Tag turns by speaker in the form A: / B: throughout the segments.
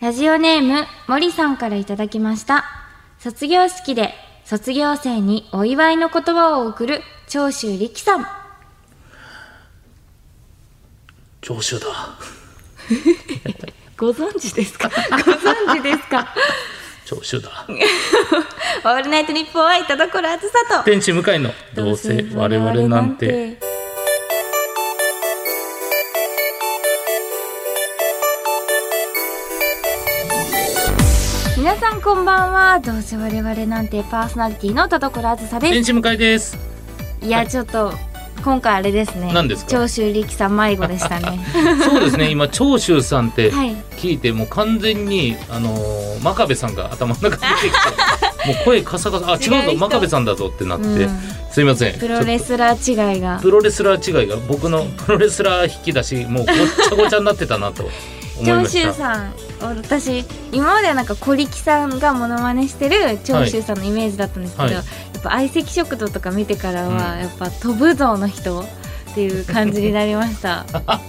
A: ラジオネーム、森さんからいただきました。卒業式で卒業生にお祝いの言葉を贈る長州力さん。
B: 長州だ。
A: ご存知ですか ご存知ですか
B: 長州だ。
A: オールナイトニッポン愛田所あずさと。
B: 天地向かいの、どうせ我々なんて。
A: 皆さんこんばんはどうせ我々なんてパーソナリティの田所あずさで
B: 天地向かいです。
A: すいやちょっと今回あれですね
B: 何ですか
A: 長州力さん迷子でした ね
B: そうですね、今長州さんって
A: はい
B: 聞いて、もう完全に、あのー真壁さんが頭の中に出てきて。 もう声カサカサ、あ、違う
A: 違う
B: ぞ、
A: 人
B: 真壁さんだぞってなって、
A: うん
B: すいません。
A: プロレスラー違いが
B: プロレスラー違いが僕のプロレスラー引き出しもうごっちゃごちゃになってたなと思い
A: 長
B: まし
A: 州
B: た。
A: さん私今まではなんか小力さんがモノマネしてる長州さんのイメージだったんですけど、
B: はい
A: やっぱ相席食堂とか見てからは、
B: うん
A: やっぱ飛ぶぞの人っていう感じになりました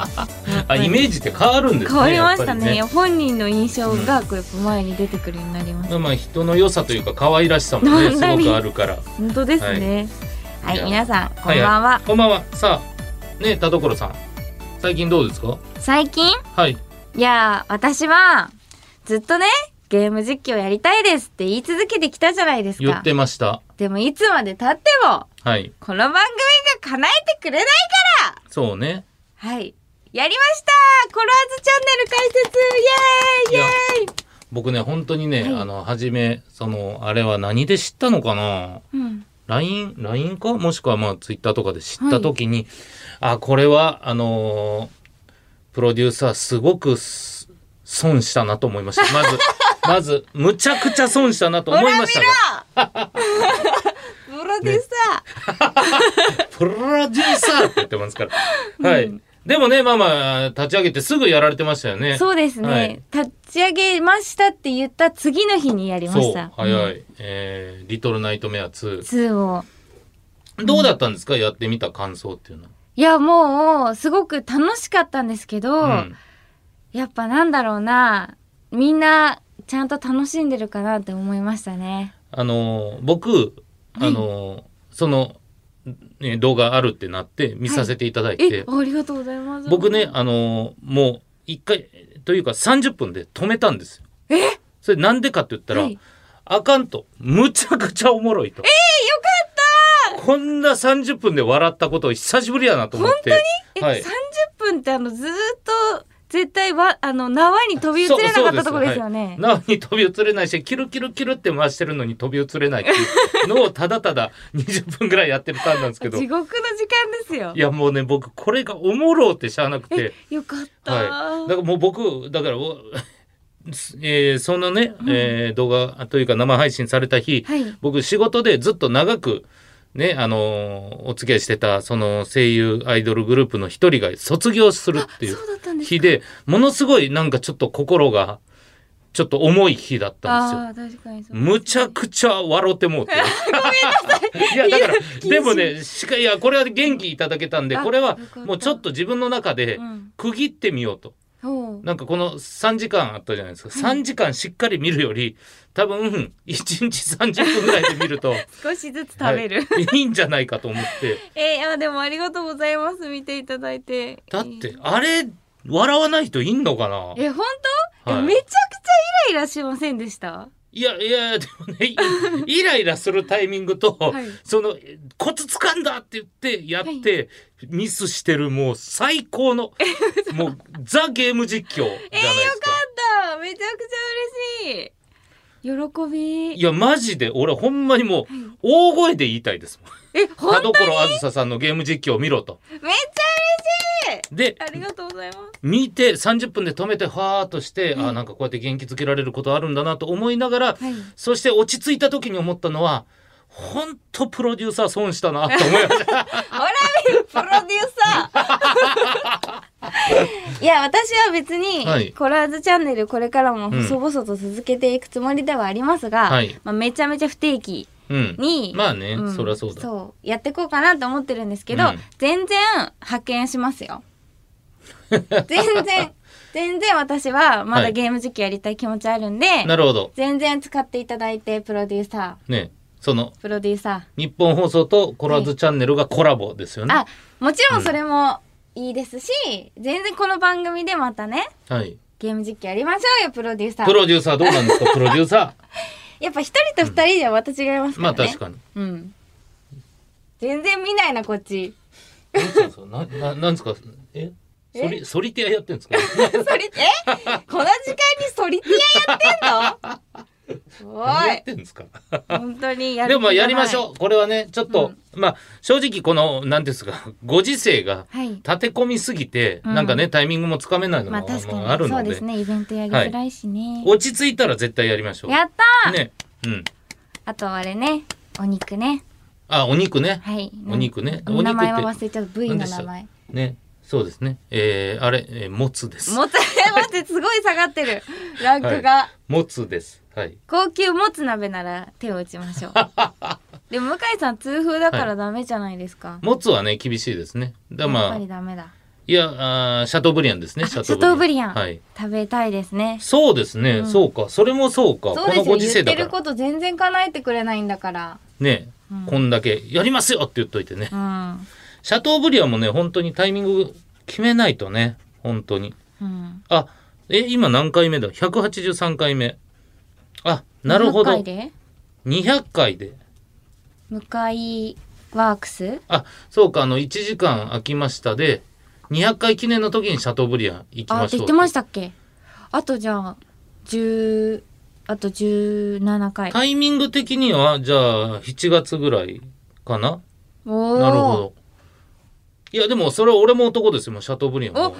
B: あイメージって変わるんですね。
A: 変わりましたね
B: やっぱ
A: 本人の印象がこうやっぱ前に出てくるようになりまし
B: り
A: た、
B: ねまあ人の良さというか可愛らしさ もね
A: 本
B: す
A: 当
B: ご
A: に
B: くあるから。
A: 本当ですねはい、
B: はいじゃあ
A: 皆さんこんばんは、
B: いいこんばんは。さあね田所さん最近どうですか。
A: 最近
B: はい。
A: いやー私はずっとねゲーム実況やりたいですって言い続けてきたじゃないです
B: 言
A: か
B: ってました。
A: でもいつまでたっても
B: はい。
A: この番組が叶えてくれないから
B: そうね。
A: はい。やりましたコロアズチャンネル解説イエーイイエーイ
B: 僕ね本当にね、
A: はい
B: あの初めそのあれは何で知ったのかな。
A: うん。
B: LINE, LINE かもしくはまあツイッターとかで知った時に、あこれはあのープロデューサーすごくす損したなと思いましたま ずまずむちゃくちゃ損したなと思いましたが
A: プロデューサ
B: プロデューサーって言っ てますから、はいでもねまあまあ立ち上げてすぐやられてましたよ
A: ー、
B: ね
A: そうですね、
B: はい
A: 立ち上げましたって言った次の日にやりま
B: そう
A: した。
B: 早い、
A: い。
B: えーリトルナイトメア2」
A: 2を。
B: どうだったんですかやってみた感想っていうの
A: いや、もう、すごく楽しかったんですけど、
B: は、うん
A: やっぱなんだろうな、みんな、ちゃんと楽しんでるかなって思いましたね。
B: あのー僕、あのーその、ね、動画あるってなって見させていただいて、
A: え、ありがとうございます。
B: 僕ね、あのーもう一回というか30分で止めたんですよ。それなんでかって言ったら、
A: はい
B: あかんとむちゃくちゃおもろいと。えよかったこんな30分で笑ったこと久しぶりやなと思って。
A: え、
B: はい
A: 30分ってあのずーっと絶対わあの縄に飛び移れなかったところですよね。
B: なのに飛び移れないし、キルキルキルって回してるのに飛び移れないって いうのをただただ20分ぐらいやってるたんなんですけど。
A: 地獄の時間ですよ
B: い。やもうね僕これがおもろってしゃあなくて、
A: よかった、
B: はい、だからもう僕だからお えーそのね、えー動画というか生配信された日、
A: はい
B: 僕仕事でずっと長くねあのーお付き合いしてたその声優アイドルグループの一人が卒業するっていう
A: そうだったんです
B: 日でものすごいなんかちょっと心がちょっと重い日だったんですよ。
A: ああー確かにそう。
B: むちゃくちゃ笑ってもうて。 いやだからでもねしかいやこれは元気いただけたんで
A: あ
B: これ
A: よ
B: は
A: かった
B: もうちょっと自分の中で
A: うん
B: 区切ってみようと。
A: そう
B: なんかこの3時間あったじゃないですか3時間しっかり見るより多分1日30分ぐらいで見ると
A: 少しずつ食べる。
B: はいいいんじゃないかと思って
A: えー、いやでもありがとうございます見ていただいて。
B: だってあれ笑わない人いんのかな
A: えー。え本当、
B: はい
A: えめちゃくちゃイライラしませんでした。
B: いやいやでもねい イライラするタイミングと、
A: はい
B: そのコツ掴んだって言ってやって、ミスしてるもう最高のもうザゲーム実況じゃないですか。
A: あっためちゃくちゃ嬉しい。喜び。
B: いやマジで俺ほんまに
A: は
B: もう
A: い
B: 大声で言いたいですもん。
A: え
B: 田
A: 本当
B: 所あずささんのゲーム実況を見ろと。
A: めっちゃ嬉しい。
B: で
A: ありがとうございます。
B: 見て30分で止めてはーっとして、
A: うん
B: あーなんかこうやって元気づけられることあるんだなと思いながら、
A: はい。
B: そして落ち着いた時に思ったのはほんとプロデューサー損したなと思いました。
A: ほら見るプロデューサ ー。いや私は別に、
B: はい
A: コラーズチャンネルこれからも
B: うん
A: 細々と続けていくつもりではありますが、
B: はい
A: まあ、めちゃめちゃ不定期
B: うん
A: に、
B: まあね、
A: ん
B: そりゃそうだ。
A: そうやっていこうかなと思ってるんですけど、
B: うん
A: 全然派遣しますよ全然全然私はま
B: は
A: だ
B: い
A: ゲーム実況やりたい気持ちあるんで、
B: なるほど。
A: 全然使っていただいてプロデューサ
B: ね、その
A: ープロデューサ
B: 日本放送とコラーズチャンネルがコラボですよ
A: ー、
B: ね。
A: あもちろんそれもいいですし、全然この番組でまたね
B: はい。
A: ゲーム実況やりましょうよプロデューサー
B: プロデューサーどうな んですか、プロデューサ
A: やっぱ一人と二人じゃまた違いますからね、
B: ー。まあ確かに。
A: うん全然見ないなこっち
B: なんつうんですかなななんですかえソリソリティアやってんですか
A: ソリえこの時間にソリティアやってんのお
B: 何やっ
A: い
B: てんですか
A: 本当にやる
B: でもまあ
A: 気が
B: やりまし
A: ない
B: ょうこれはねちょっと、まあ正直このなんていうんですかご時世が
A: はい
B: 立て込みすぎて、
A: うん
B: なんかねタイミングもつかめないのも、
A: まあ確
B: まああ
A: か
B: る
A: にそ
B: の
A: う
B: で
A: ですねイベントやりづらいしね、
B: 落ち着いたら絶対やりましょう
A: やったー、
B: ねうん
A: あとあれねお肉ね
B: あお肉ね
A: はい
B: お肉ね
A: お名前
B: お
A: は
B: 肉っ
A: 忘
B: て
A: れちゃった部位の名前
B: ねそうですねえー、あれ、えー、もつです
A: もつ待ってすごい下がってるランクが、
B: もつですはい
A: 高級もつ鍋なら手を打ちま しょうでも向井さん痛風だからダメじゃないですか、
B: もつはね厳しいですねだ
A: やっ
B: ま
A: ぱ
B: あ
A: りダメだ
B: いやあーシャトーブリアンですね
A: あシャトーブリアン
B: はい
A: 食べたいですね
B: そうですね、
A: ん
B: そうかそれもそうか
A: そう
B: この
A: ですよ
B: ご時
A: 言
B: 世
A: って
B: だか
A: る
B: ら
A: こと全然叶えてくれないんだから
B: ね、
A: うん
B: こんだけやりますよって言っといてね、
A: うん
B: シャトーブリアンもね本当にタイミング決めないとね本当に
A: うん
B: あえ今何回目だ183回目あなるほど
A: 向井で
B: 200回で
A: 向井ワークス
B: あそうかあの1時間空きましたで200回記念の時にシャトーブリアン行き
A: あ
B: ま
A: って
B: しょ
A: 言
B: う
A: ってましたっけあとじゃあ10あと17回
B: タイミング的にはじゃあ7月ぐらいかな
A: おお
B: なるほどいやでもそれは俺も男ですよもうシャトーブリアンも
A: お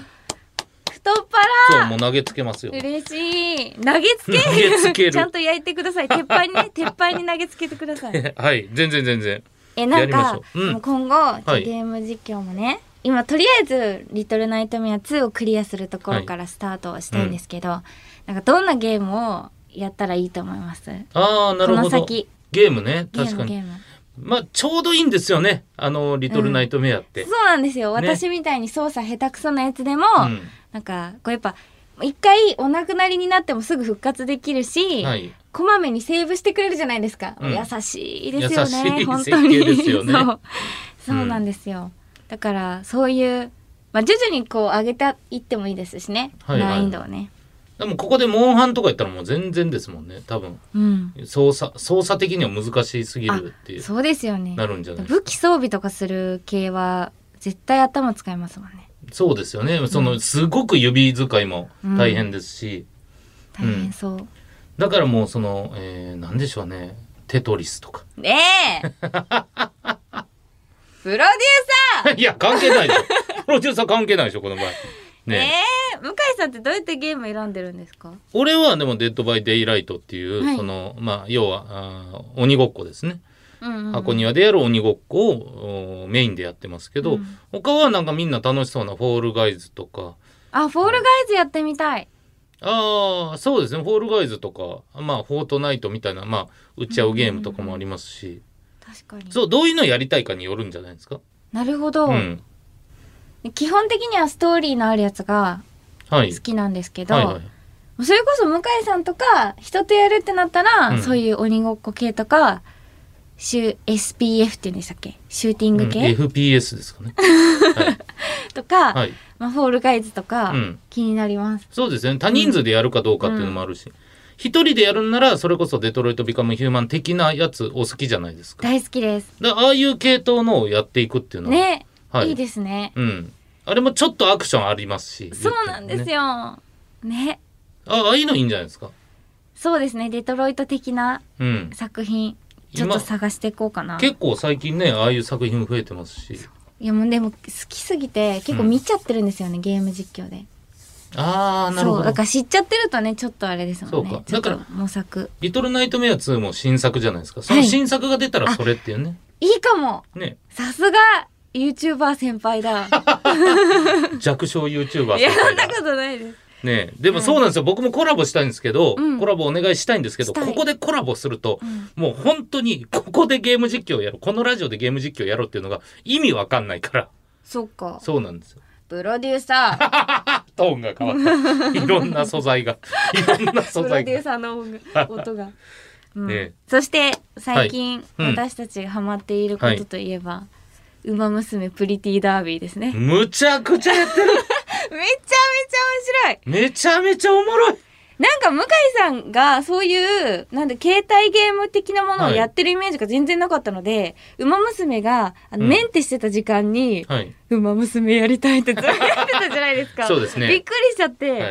A: 太っ
B: そう
A: 腹
B: もう投げつけますよ
A: 嬉しい投げつけ
B: 投げつけ る
A: ちゃんと焼いてください鉄板にね鉄板に投げつけてください
B: はい全然全然
A: えな
B: や
A: ん
B: りまし
A: か
B: ょ、ううん
A: もう今後
B: はい
A: ゲーム実況もね、今とりあえず「リトルナイトメア2」をクリアするところからスタートをしたいんですけど、なんかどんなゲームをやったらいいと思います
B: ああな
A: こ
B: るほ
A: の
B: ど
A: 先
B: ゲームね
A: ゲー
B: 確
A: ム
B: か
A: ゲ
B: に
A: ーム
B: まあちょうどいいんですよねあの「リトルナイトメア」って、
A: そうなんですよ、
B: ね
A: 私みたいに操作下手くそなやつでも、
B: うん
A: なんかこうやっぱ一回お亡くなりになってもすぐ復活できるし、
B: はい
A: こまめにセーブしてくれるじゃないですか、
B: うん
A: 優しいですよね
B: 優しい
A: 本当に
B: 設計ですよね
A: そうそうなんですよ、だからそういう、まあ、徐々にこう上げていってもいいですしね、
B: はいはい
A: 難易度をね
B: でもここでモンハンとか言ったらもう全然ですもんね多分
A: うん
B: 操作操作的には難しすぎ
A: あ
B: るっていう
A: そうですよね
B: なるんじゃない
A: 武器装備とかする系は絶対頭使いますもんね
B: そうですよねそのすごく指使いも大変ですし、
A: 大変そう、
B: だからもうその、えー、何でしょうねテトリスとか
A: ねえプロデューサー
B: いや関係 ないでしょプロデューサー関係ないでしょこの前ね
A: ねえ向井さんってどうやってゲーム選んでるんですか
B: 俺はでも「デッド・バイ・デイ・ライト」っていう、
A: はい
B: そのまあ要はあー鬼ごっこですね
A: うんうんうん
B: 箱庭でやる鬼ごっこをおメインでやってますけど、
A: うん
B: 他はなんかみんな楽しそうな「フォール・ガイズ」とか
A: あフォールガイズやってみたい
B: ああそうですね「フォール・ガイズ」とかまあ「フォートナイト」みたいなまあ打ち合うゲームとかもありますし、
A: 確かに
B: そうどういうのやりたいかによるんじゃないですか
A: なるほど、
B: うん
A: 基本的にはストーリーのあるやつが
B: はい
A: 好きなんですけど、
B: はいはい
A: それこそ向井さんとか人とやるってなったら、
B: うん
A: そういう鬼ごっこ系とかシュ SPF って言うんでしたっけシューティン
B: うん
A: グ系、
B: FPS です かね
A: とか、
B: はい
A: まあ、フォールガイズとか、
B: うん
A: 気になります
B: そうですね多人数でやるかどうかっていうのもあるし一、人でやるんならそれこそ「デトロイト・ビカム・ヒューマン」的なやつお好きじゃないですか
A: 大好きです
B: だああいう系統のをやっていくっていうのは、
A: ね、
B: はい
A: いいですね
B: うん、あれもちょっとアクションありますし
A: そうなんです
B: ね
A: よね
B: あああいうのいいんじゃないですか
A: そうですねデトロイト的な
B: うん
A: 作品ちょっと探していこうかな
B: 結構最近ねああいう作品増えてますし
A: いやもうでも好きすぎて結構見ちゃってるんですよね、ゲーム実況で
B: ああなる
A: そ
B: ほ
A: うだ
B: ど
A: から知っちゃってるとねちょっとあれですもんね
B: そうか
A: ちょっ
B: だ
A: と
B: か
A: 模索
B: 「リトル・ナイト・メア2」も新作じゃないですかその新作が出たらそれっていうね、
A: いいかも
B: ね
A: さすが YouTuber 先輩 だ
B: 弱小 YouTuber
A: いやそんな
B: さ
A: こ
B: ん
A: とないです
B: ねでもそうなんですよ、僕もコラボしたいんですけど、
A: うん
B: コラボお願いしたいんですけど
A: したい
B: ここでコラボすると
A: うん
B: もう本当にここでゲーム実況やろうこのラジオでゲーム実況やろうっていうのが意味わかんないから
A: そっか
B: そうなんですよ
A: プロデューサー
B: トーンが変わ った。いろんな素材が、いろんな素
A: プロ
B: 材
A: デュ
B: が
A: ー。サーの音が音 が、うん
B: ねえ
A: そして最近、
B: はいうん
A: 私たちがハマっていることといえば、ウマ娘プリティダービーですね。 めちゃ
B: むちゃくちゃやってる。
A: めちゃ面白い
B: めちゃめちゃおもろい。
A: なんか向井さんがそういうなんだ携帯ゲーム的なものをやってるイメージが全然なかったので、ウマ娘があの
B: うん
A: メンテしてた時間に
B: はい。
A: 「ウマ娘やりたい」ってずっとやってたじゃないです か。
B: そうですね
A: びっくりしちゃって、
B: はい
A: あ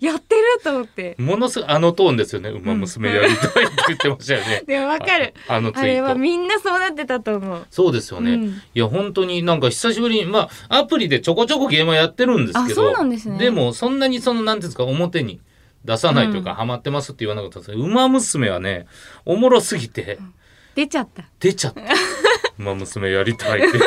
A: やってると思 って。
B: ものすごいあのトーンですよね。馬娘やりたいって言ってましたよね。
A: でもわかる。
B: あ。あのツ
A: あ
B: イ
A: れは
B: ート。
A: みんなそうなってたと思う。
B: そうですよね。
A: うん
B: いや本当になんか久しぶりにまあアプリでちょこちょこゲームはやってるんですけ
A: あそ
B: ど
A: うなんですね
B: もそんなにそのなんていうんですか表に出さないというか、
A: うん
B: ハマってますって言わなかったんですけど「ウマ娘」はねおもろすぎて
A: 出ちゃった。
B: 出ちゃった 「ウマ娘やりたい」って、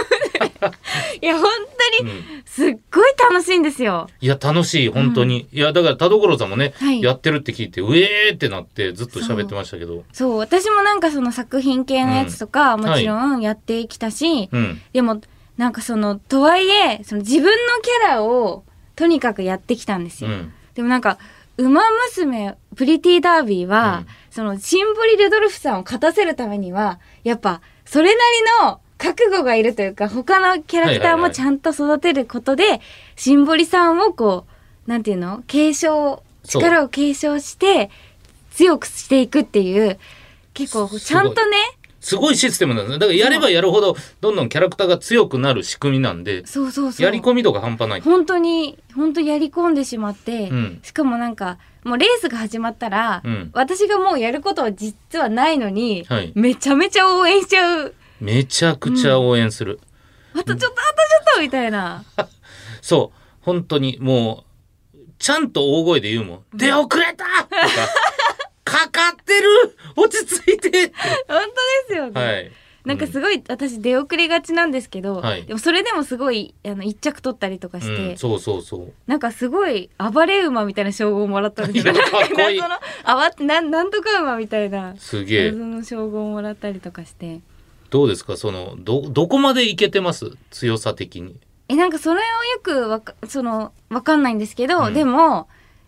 A: いや本当
B: う
A: に
B: ん
A: すっごい楽しいんですよ。
B: いや楽しい本当に、いやだから田所さんもね、
A: はい
B: やってるって聞いてうえーってなってずっと喋ってましたけど
A: そう私もなんかその作品系のやつとか、もちろんやってきたし、
B: うん
A: でもなんかそのとはいえその自分のキャラをとにかくやってきたんです
B: う
A: よ。
B: ん
A: でもなんか「ウマ娘プリティダービーは」
B: うん
A: そのシンボリ・ルドルフさんを勝たせるためにはやっぱそれなりの覚悟がいるというか他のキャラクターもちゃんと育てることで、シンボリさんをこうなんていうの継承
B: そう
A: 力を継承して強くしていくっていう結構
B: す
A: ちゃんとね
B: すごいシステムなんですねだからやればやるほどどんどんキャラクターが強くなる仕組みなんで
A: そうそうそう
B: やり込み度が半端ない。
A: 本当に本当やり込んでしまって、
B: うん
A: しかもなんかもうレースが始まったら、
B: うん
A: 私がもうやることは実はないのに、
B: はい
A: めちゃめちゃ応援しちゃう
B: めちゃくちゃ応援する、
A: あとちょっとあとちょっとみたいな
B: そう本当にもうちゃんと大声で言うもん「出遅れた!」とか「 かかってる落ち着いて!」って
A: 本当ですよね、
B: はい
A: なんかすごい私出遅れがちなんですけど、
B: はい
A: でもそれでもすごいあの一着取ったりとかして、
B: うん、そうそうそう
A: なんかすごい暴れ馬みたいな称号をもらったんですよ
B: いや かっこいい
A: なんか謎のあわなんなんとか馬みたいな
B: すげえ
A: 謎の称号をもらったりとかして。
B: どうですかそのどどこまでいけてます強さ的に
A: えなんかそれをよくわかそのわかんないんですけど、
B: うん
A: でも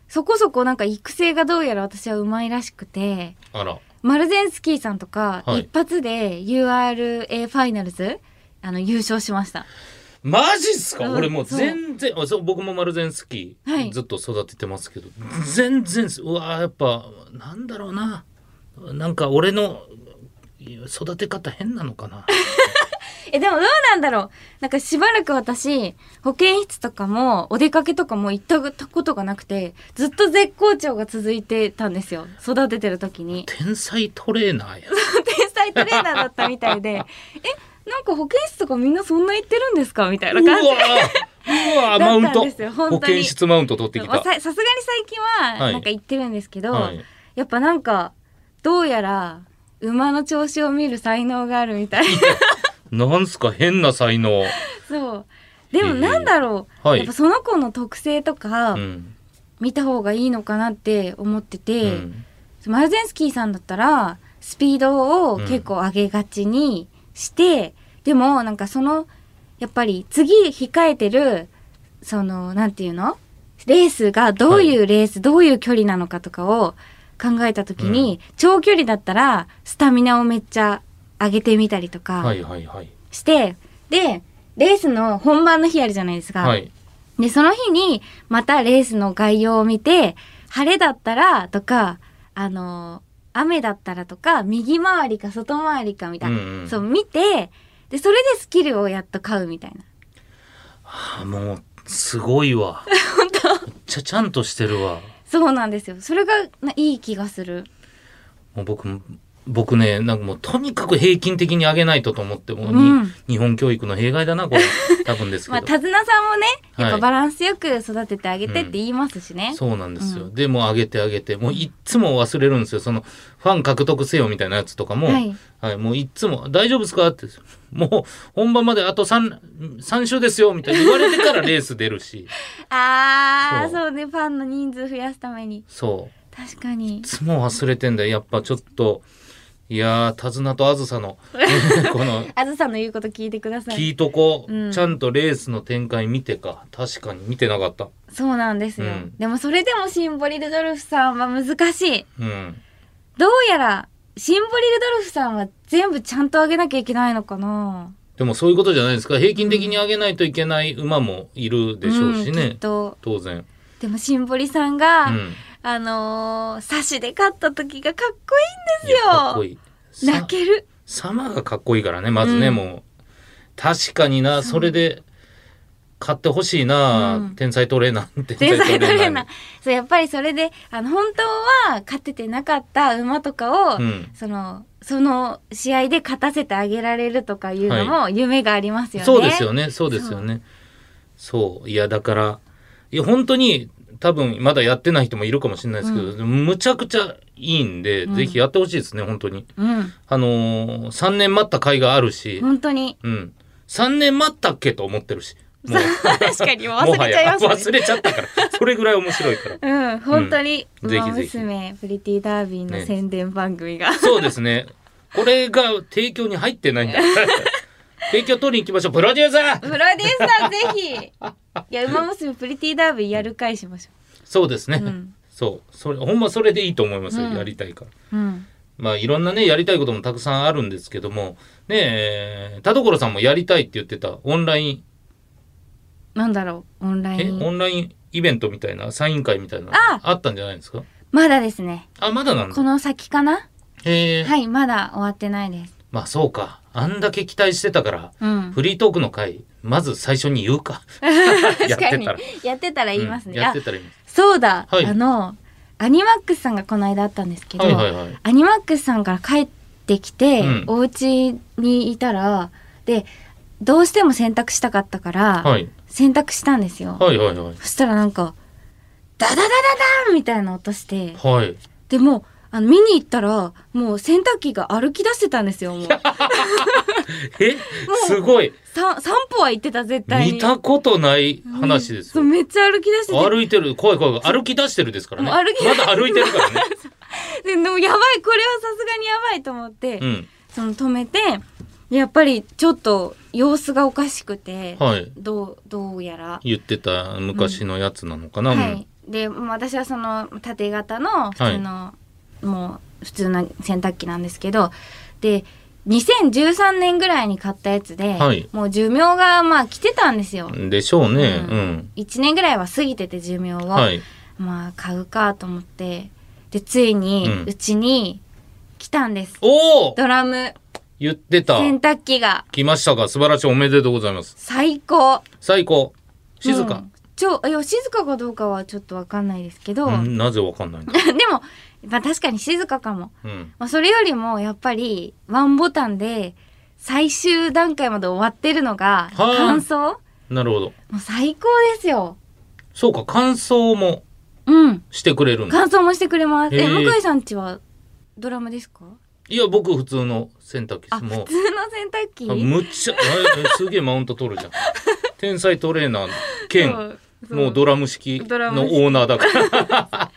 A: そこそこなんか育成がどうやら私はうまいらしくて
B: あら
A: マルゼンスキーさんとか、
B: はい
A: 一発で URA ファイナルズあの優勝しました
B: マジっすか、
A: うん
B: 俺もう全然あそう僕も丸善好き、
A: はい
B: ずっと育ててますけど全然っすうわーやっぱなんだろうななんか俺の育て方変なのかな
A: えでもどうなんだろうなんかしばらく私保健室とかもお出かけとかも行ったことがなくてずっと絶好調が続いてたんですよ育ててる時に
B: 天才トレーナ ーや
A: 天才トレーナーだったみたいでえなんか保健室とかみんなそんな行ってるんですかみたいな
B: う
A: 感じ
B: わーうわーマウン
A: だった
B: ト
A: んですよ本当
B: 保
A: に
B: 健室マウント取ってき
A: まあ
B: た
A: ささすがに最近
B: は
A: はいなんか言ってるんですけど、
B: はい
A: やっぱなんかどうやら馬の調子を見る才能があるみ たい
B: なんすか変な才能
A: そうでも
B: へえ
A: なんだろう、
B: はい
A: やっぱその子の特性とか
B: うん、
A: 見た方がいいのかなって思って
B: う
A: て、
B: ん、
A: マルゼンスキーさんだったらスピードを結構上げがちにして、でもなんかそのやっぱり次控えてるそのなんていうのレースがどういうレース、どういう距離なのかとかを考えた時に、長距離だったらスタミナをめっちゃ上げてみたりと
B: は
A: か
B: いはいはい
A: して、でレースの本番の日あるじゃないですか。
B: はい
A: で、その日に、またレースの概要を見て、晴れだったら、とか、あのー雨だったらとか、右回りか外回りかみたいな、
B: うんうん
A: そう見て、で、それでスキルをやっと買うみたいな。
B: あもうすごいわめっちゃちゃんとしてるわ
A: そうなんですよ。それが、ないい気がする。
B: もう僕僕ねなんかもうとにかく平均的に上げないとと思ってもうに、
A: うん
B: 日本教育の弊害だなこれ多分で す
A: まあ、
B: けど、
A: 手綱さんもね、やっぱ
B: はい
A: バランスよく育ててあげてって言いますしね。
B: そうなんですよ、
A: う
B: でもう上げて上げてもういっつも忘れるんですよそのファン獲得せよみたいなやつとかも、
A: は
B: はいいもういっつも「大丈夫ですか?」ってもう本番まであと 3, 三週ですよみたいに言われてからレース出るし
A: あー、
B: そう
A: そうね、ファンの人数増やすために。
B: そう
A: 確か
B: い
A: に。
B: つも忘れてんだよやっぱちょっといやー手綱とあずさの この
A: あずさんの言うこと聞いてください
B: 聞いとこ、
A: うん
B: ちゃんとレースの展開見てか確かに見てなかった
A: そうなんですよ、
B: うん
A: でもそれでもシンボリルドルフさんは難しい
B: うん
A: どうやらシンボリルドルフさんは全部ちゃんと上げなきゃいけないのかな
B: でもそういうことじゃないですか平均的に上げないといけない馬もいるでしょうしね、
A: んきっと
B: 当然、
A: でもシンボリさんが、
B: うん、
A: あのー、サシで勝った時がかっこいいん
B: い
A: で
B: や
A: すよ
B: かっこいいさ
A: 泣ける
B: 様がかっこいいからねまずね、
A: うん
B: もう確かになそれで買ってほしいな、
A: うん
B: 天才トレーナー天
A: 天才トレーナー
B: に
A: そうやっぱりそれであの本当は勝ててなかった馬とかを、
B: うん
A: そのその試合で勝たせてあげられるとかいうのも夢がありますよね、
B: そうですよねそうですよねそういやだからいや本当に多分まだやってない人もいるかもしれないですけど、むちゃくちゃいいんで、
A: うん
B: ぜひやってほしいですね本当に
A: うん
B: あのー、3年待った甲斐があるし、
A: 本当に
B: うん、3年待ったっけと思ってるしもう
A: 確かにもう忘れちゃいます
B: も
A: ね
B: はや忘れちゃったからそれぐらい面白いから
A: うん本当に「
B: うん
A: ウ
B: ぜ
A: マ
B: ひぜひ
A: 娘プリティダービー」の
B: ね
A: 宣伝番組が、
B: そうですね。これが提供に入ってない んだ。提供取りに行きましょう。プロデューサー
A: プロデューサーぜひ いや「ウマ娘プリティダービー」やる会しましょ
B: そうですね。
A: ううん、
B: そう。それ、ほんまそれでいいと思いますよ。
A: うん
B: やりたいから。
A: うん、
B: まあいろんなね、やりたいこともたくさんあるんですけども、ねえ、田所さんもやりたいって言ってたオンライン、
A: なんだろうオンライ
B: え、オ
A: ン
B: ンラインイベントみたいな、サイン会みたいな、
A: あ
B: あったんじゃないですか
A: まだですね
B: あ、まだなん
A: こ
B: だ。
A: の先かな
B: えー、
A: はいまだ終わってないです
B: まあそうか。あんだけ期待してたから、
A: うん
B: フリートークの会、まず最初に言 うか。 やってたら。
A: やってたら言います
B: うん
A: ね、
B: やっ
A: あ
B: てたら言います。
A: そうだ、
B: はい
A: あのアニマックスさんがこの間あったんですけど、
B: はいはいはい。
A: アニマックスさんから帰ってきて、
B: うん
A: お家にいたらでどうしても洗濯したかったから、
B: はい。
A: 洗濯したんですよ、
B: はいはいはい。
A: そしたらなんかダダダダダーンみたいな音して
B: はい。
A: でもうあの見に行ったらもう洗濯機が歩き出してたんですよ もう
B: え、すごい。
A: さ散歩は行ってた絶対に
B: 見たことない話です
A: そう
B: よ。
A: めっちゃ歩き出してて
B: 歩いてる、怖い怖い怖い。歩き出してるですからね。
A: もう歩き
B: まだ歩いてる からね。
A: ででもやばいこれはさすがにやばいと思って、
B: うん。
A: その止めてでやっぱりちょっと様子がおかしくて、
B: はい。
A: どうどうやら、
B: 言ってた昔のやつなのかな。
A: はい、でもう私はその縦型の普通の、もう普通の洗濯機なんですけどで2013年ぐらいに買ったやつで、
B: はい
A: もう寿命がまあ来てたんですよ。
B: うんでしょうね。
A: う
B: うんん。
A: 1年ぐらいは過ぎてて寿命を、
B: はい。
A: まあ買うかと思ってでついに
B: うん
A: うちに来たんです、
B: おお
A: ドラム
B: 言ってた。
A: 洗濯機が
B: 来ましたか。素晴らしい。おめでとうございます。
A: 最高
B: 最高。静
A: う
B: か。
A: んちょいや静かかどうかはちょっとわかんない ですけど、
B: うんなぜわかんないの
A: でも、まあ、確かに静かかも、
B: うん。
A: まあ、それよりもやっぱりワンボタンで最終段階まで終わってるのが
B: はあ
A: 感想
B: なるほど。
A: もう最高ですよ
B: そうか。感想も
A: うん
B: してくれるんだ。
A: 感想もしてくれます
B: へ
A: え
B: え
A: 向井さんちはドラムですか
B: いや、僕普通の洗濯機で
A: あ
B: す。
A: 普通
B: も
A: の
B: う。
A: 洗濯機
B: あむっちゃ、ええすげえマウント取る じゃん。天才トレーナー兼、
A: そ
B: もうドラム式
A: ドラ
B: の
A: ム式
B: オーナーだから。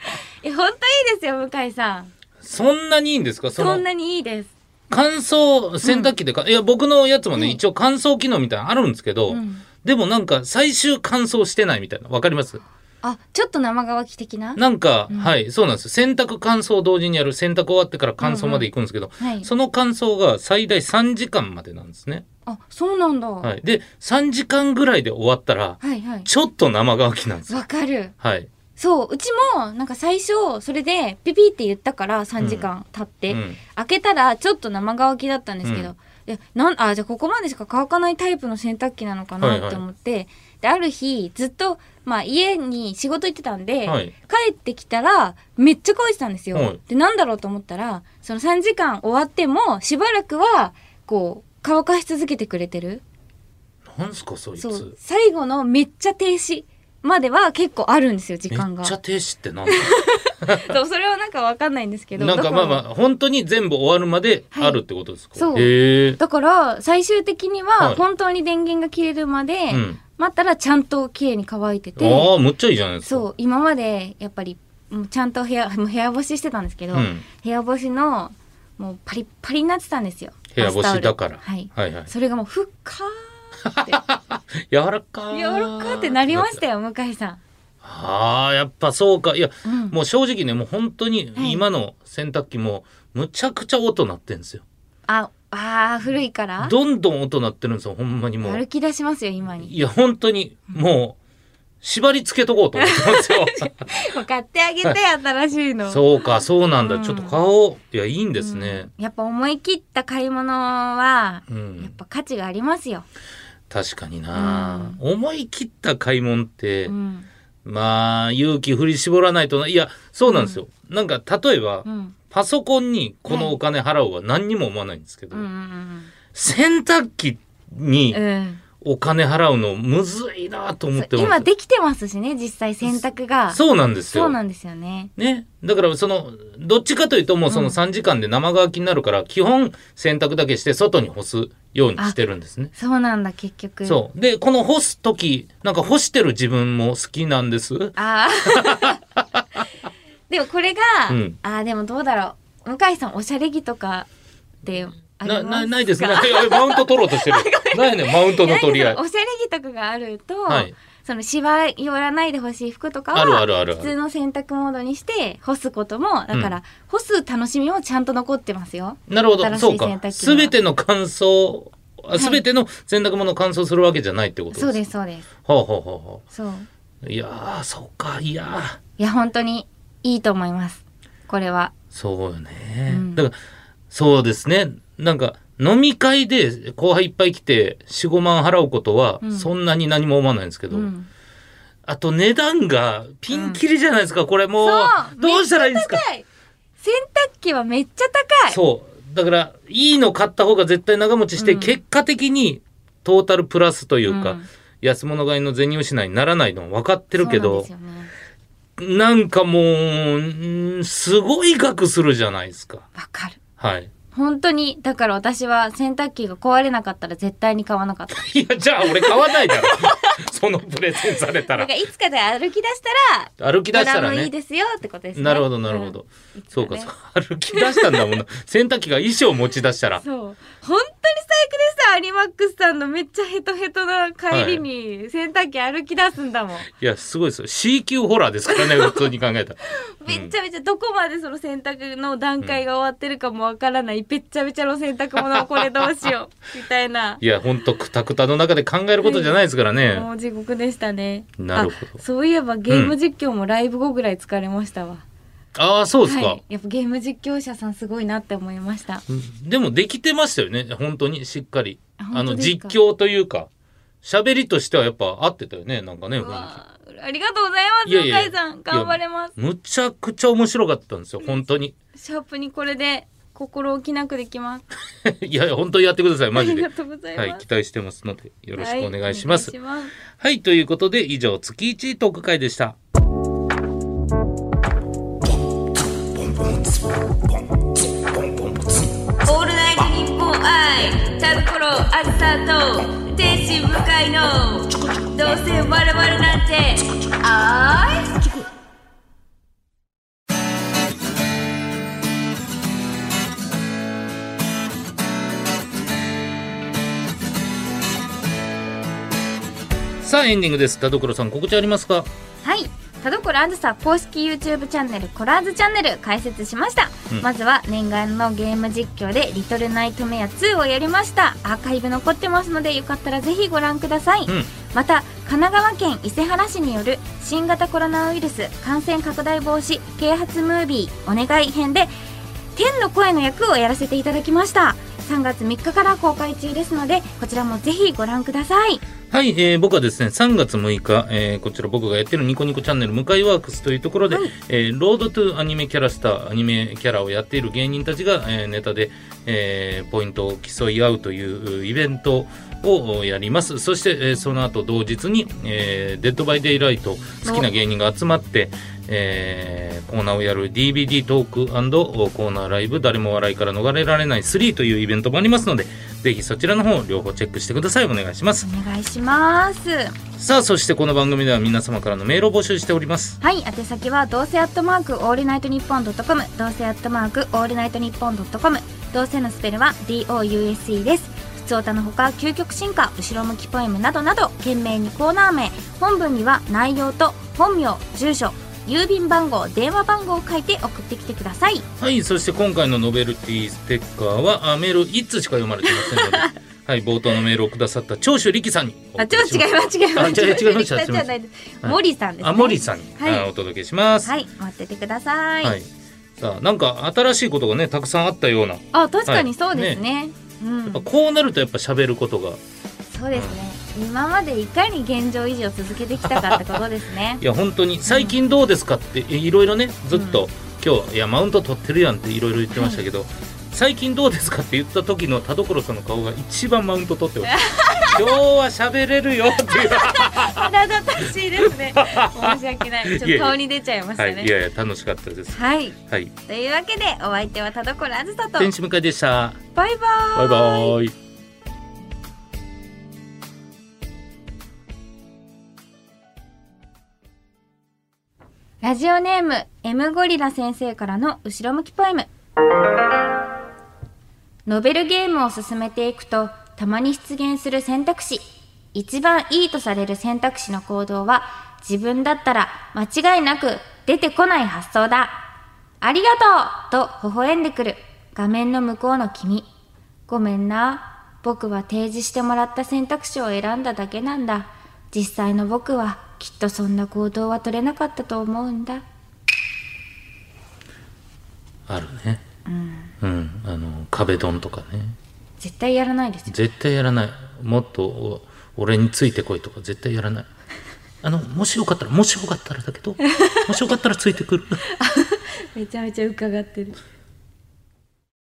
A: え本当いいですよ向井さん
B: そんなにいいんですかそ
A: そん
B: の
A: なにいいです、
B: 乾燥洗濯機でか、いや、僕のやつもね、一応乾燥機能みたいなのあるんですけど、
A: うん、
B: でもなんか最終乾燥してないみたいな。わかります
A: あちょっと生乾き的な
B: なんか、
A: うん
B: はい、そうなんですよ。洗濯乾燥同時にやる。洗濯終わってから乾燥まで行くんですけど、
A: はい
B: その乾燥が最大3時間までなんですね。
A: あそうなんだ、は、
B: はいい。で、3時間ぐらいで終わったら、
A: はい
B: ちょっと生乾きなんですよ。
A: わかる
B: はい。
A: そううちもなんか最初それでピピって言ったから3時間経って、
B: うん
A: 開けたらちょっと生乾きだったんですけど、
B: う
A: でなんあじゃあここまでしか乾かないタイプの洗濯機なのか
B: はいは
A: ないって思って、である日ずっと、まあ、家に仕事行ってたんで、
B: はい。
A: 帰ってきたらめっちゃ乾いてたんですよ。
B: はい
A: でなんだろうと思ったらその3時間終わってもしばらくはこう乾かし続けてくれてる
B: なんすかそいつ
A: そう最後のめっちゃ停止までは結構あるんですよ時間
B: め
A: が
B: っちゃ停止ってなんだ
A: そうそれはなんかわかんないんですけど
B: なんかまあま
A: だ
B: あ本当に全部終わるまであるってことですか、
A: はいそう
B: へえ
A: らだから最終的に
B: は
A: はい本当に電源が切れるまで
B: うん、
A: 待ったらちゃんと綺麗に乾いてて、
B: ああむっちゃいいじゃないですか
A: そう今 までやっぱりもうちゃんと部屋もう部屋干ししてたんですけど、
B: うん
A: 部屋干しのもうパリッパリになってたんですよ
B: 部屋干しだ
A: バスタオル
B: から。
A: はい、
B: はいはい。
A: それがもうふっかーって
B: 柔らかー
A: 柔らかーってなりました
B: よ。
A: よ向井さ
B: ああ、やっぱそうか。いや、
A: ん、うん、
B: もう正直ね、もう本当に
A: はい
B: 今の洗濯機もむちゃくちゃ音鳴ってんですよ。
A: ああー古いから
B: どんどん音鳴ってるんですよ、ほんまにもう
A: 歩。き出しますよ今に
B: いや、本当にもう、縛り付けとこうと思ってます よ。
A: もう買ってあげて新しいの
B: そうか、そうなんだ。
A: うん
B: ちょっと顔、いや、いいんですね。
A: うんやっぱ思い切った買い物は
B: うん。
A: やっぱ価値がありますよ、
B: 確かにな、思い切った買い物って、
A: うん
B: まあ、勇気振り絞らないとな。いや、そうなんですよ。なんか、例えば、
A: うん
B: パソコンにこのお金払おうは何にも思わないんですけど、
A: うんうん
B: 洗濯機に
A: うんうん
B: お金払うのむずいなと思って
A: そう
B: ます。
A: 今できてますしね実際選択が
B: そうなんですよ。
A: そうなんですよね
B: ね。だから、その、どっちかというと、もうその
A: うん
B: 3時間で生乾きになるから、基本洗濯だけして外に干すようにしてるんですね。
A: そうなんだ結局
B: そう。で、この干すとき、なんか干してる自分も好きなんです。
A: あーでもこれが、
B: うん
A: あーでもどうだろう向井さんおしゃれ着とかってありま
B: な、
A: すか
B: な、ないですね。いやマウント取ろう としてる。ないね、マウントの取り合い
A: なんか。そのおしゃれ着とかがあると、
B: はい
A: そのしわ寄らないでほしい服とかは
B: あるあるある
A: 普
B: あ
A: 通
B: る。
A: の洗濯モードにして干すこともだから、干す楽しみもちゃんと残ってますよ。
B: なるほ
A: 新し
B: ど、
A: い
B: そう
A: 洗濯機
B: か。
A: は
B: すべての乾燥、
A: い
B: すべての洗濯物を乾燥するわけじゃないってことです。
A: そうですそうです。
B: ほうほうほうほ
A: そう
B: う。いやー、そうか、いやー。
A: いや本当にいいと思います。これは。
B: そうよね、
A: うん
B: だからそうですねなんか飲み会で後輩いっぱい来て45万払うことは
A: うん
B: そんなに何も思わないんですけど、
A: うん
B: あと値段がピンキリじゃないですか、これもう
A: そう
B: どうしたらいいんですか
A: 高い洗濯機はめっちゃ高い。
B: そうだからいいの買った方が絶対長持ちして、
A: うん
B: 結果的にトータルプラスというか、
A: うん
B: 安物買いの銭失いにならないの分かってるけど
A: そうなんですよね
B: なんかもううんすごい額するじゃないですか
A: わかる。
B: はい
A: 本当にだから私は洗濯機が壊れなかったら絶対に買わなかった。
B: いや、じゃあ俺買わな いだろ。そのプレゼンされた
A: だ
B: ら
A: か。らいつかで歩き出したら
B: 歩き出したら
A: ドラムいい
B: ね。
A: ですよってことですね。
B: なるほど、なるほど。
A: うん。いつ
B: そう
A: ね
B: か、そう歩き出したんだもんな。洗濯機が衣装持ち出したら。
A: そう本当に最悪でした有マックスさんのめっちゃヘトヘトな帰りに洗濯機歩き出すんだもん、
B: いや、すごいですよ。C 級ホラーですか らね、普通に考えたら。
A: めっちゃめちゃどこまでその洗濯の段階が終わってるかもわからない、べっちゃべちゃの洗濯 物をこれどうしようみたいない
B: や、ほんと、くたくたの中で考えることじゃないですからね
A: も。う地獄でしたね
B: なるほど
A: あそういえばゲーム実況もライブ後ぐらい疲れましたわ、
B: ああ、そうです
A: は
B: か
A: い。、やっぱゲーム実況者さんすごいなって思いました
B: うんでも、できてましたよね。本当に、しっかり。
A: あ
B: あ
A: 本
B: の、
A: 当です
B: 実
A: か
B: 況というか、喋りとしてはやっぱ合ってたよね。なんかね、
A: う
B: 雰囲気
A: わーありがとうございます
B: いやいや
A: 向井さん頑張れます
B: むちゃくちゃ面白かったんですよ、本当に。
A: シャープにこれで心置きなくできます。
B: いやいや、本当にやってください、マジで
A: あり。がとうございま
B: は
A: す。
B: い、期待してますので、よろしくお願いします。
A: は
B: はいい、
A: お願いし
B: ということで、以上、月一トーク会でした。
A: ますオールナイトニッポン愛、タルコロ、アスタート、天使向かいの、どうせ我々なんて、あーい
B: さあ、エンディングです。田所さん、告知ありますか。
A: はい。田所あずさ公式 YouTube チャンネルコラーズチャンネル開設しました、
B: うん
A: まずは念願のゲーム実況で「リトルナイトメア2」をやりましたアーカイブ残ってますのでよかったらぜひご覧ください、
B: うん
A: また神奈川県伊勢原市による新型コロナウイルス感染拡大防止啓発ムービーお願い編で天の声の役をやらせていただきました3月3日から公開中ですのでこちらもぜひご覧ください
B: はい、えー僕はですね、3月6日、えーこちら僕がやってるニコニコチャンネル、向井ワークスというところで、えーロードトゥアニメキャラスター、アニメキャラをやっている芸人たちが、えーネタで、えーポイントを競い合うといううイベントをやります。そして、えーその後同日に、えーデッドバイデイライト、好きな芸人が集まって、えーコーナーをやる DVD トークコーナーライブ、誰も笑いから逃れられない3というイベントもありますので、ぜひそちらの方両方チェックしてくださいお願いします
A: お願いします
B: さあそしてこの番組では皆様からのメールを募集しております
A: はい宛先はどうせアットマークオールナイトニッポンドットコムどうせアットマークオールナイトニッポンドットコムどうせのスペルは DOUSE です普通歌のほか究極進化後ろ向きポエムなどなど懸命にコーナー名本文には内容と本名住所郵便番号電話番号を書いて送ってきてください
B: はいそして今回のノベルティステッカーはあメール1通しか読まれてま せんのではい冒頭のメールをくださった長州力さんにお
A: あちょ
B: 送
A: っ
B: り
A: と
B: し
A: 違
B: ま
A: います
B: す
A: 違いま
B: あ
A: す
B: 違う違いました
A: 森さんじゃないです
B: はい
A: 森さんですね
B: あ森さんに、
A: はい
B: あお届けします
A: はい待っててください、
B: はい、さあなんか新しいことがねたくさんあったようなや
A: あ確かにそうですね,、うん
B: っぱこうなるとやっぱ喋ることが
A: そうですね、今までいかに現状維持を続けてきたかってことですね
B: いや本当に最近どうですかってえいろいろねずっと、今日いやマウント取ってるやんっていろいろ言ってましたけど、最近どうですかって言った時の田所さんの顔が一番マウント取ってました 今日は喋れるよっていう
A: 腹立たしいですね申し訳ないちょっと顔に出ちゃいました
B: は
A: ね
B: い、いやいや楽しかったです
A: はい、
B: はい
A: というわけでお相手は田所あずさと
B: 天使向井でした
A: バイバー
B: バイバーイ
A: ラジオネーム M ゴリラ先生からの後ろ向きポエムノベルゲームを進めていくとたまに出現する選択肢一番いいとされる選択肢の行動は自分だったら間違いなく出てこない発想だありがとうと微笑んでくる画面の向こうの君ごめんな僕は提示してもらった選択肢を選んだだけなんだ実際の僕はきっとそんな行動は取れなかったと思うんだ
B: あるねうん、あの壁ドンとかね
A: 絶対やらない ですよ
B: 絶対やらないもっとお俺についてこいとか絶対やらないあのもしよかったらもしよかったらだけどもしよかったらついてくる
A: めちゃめちゃ伺ってる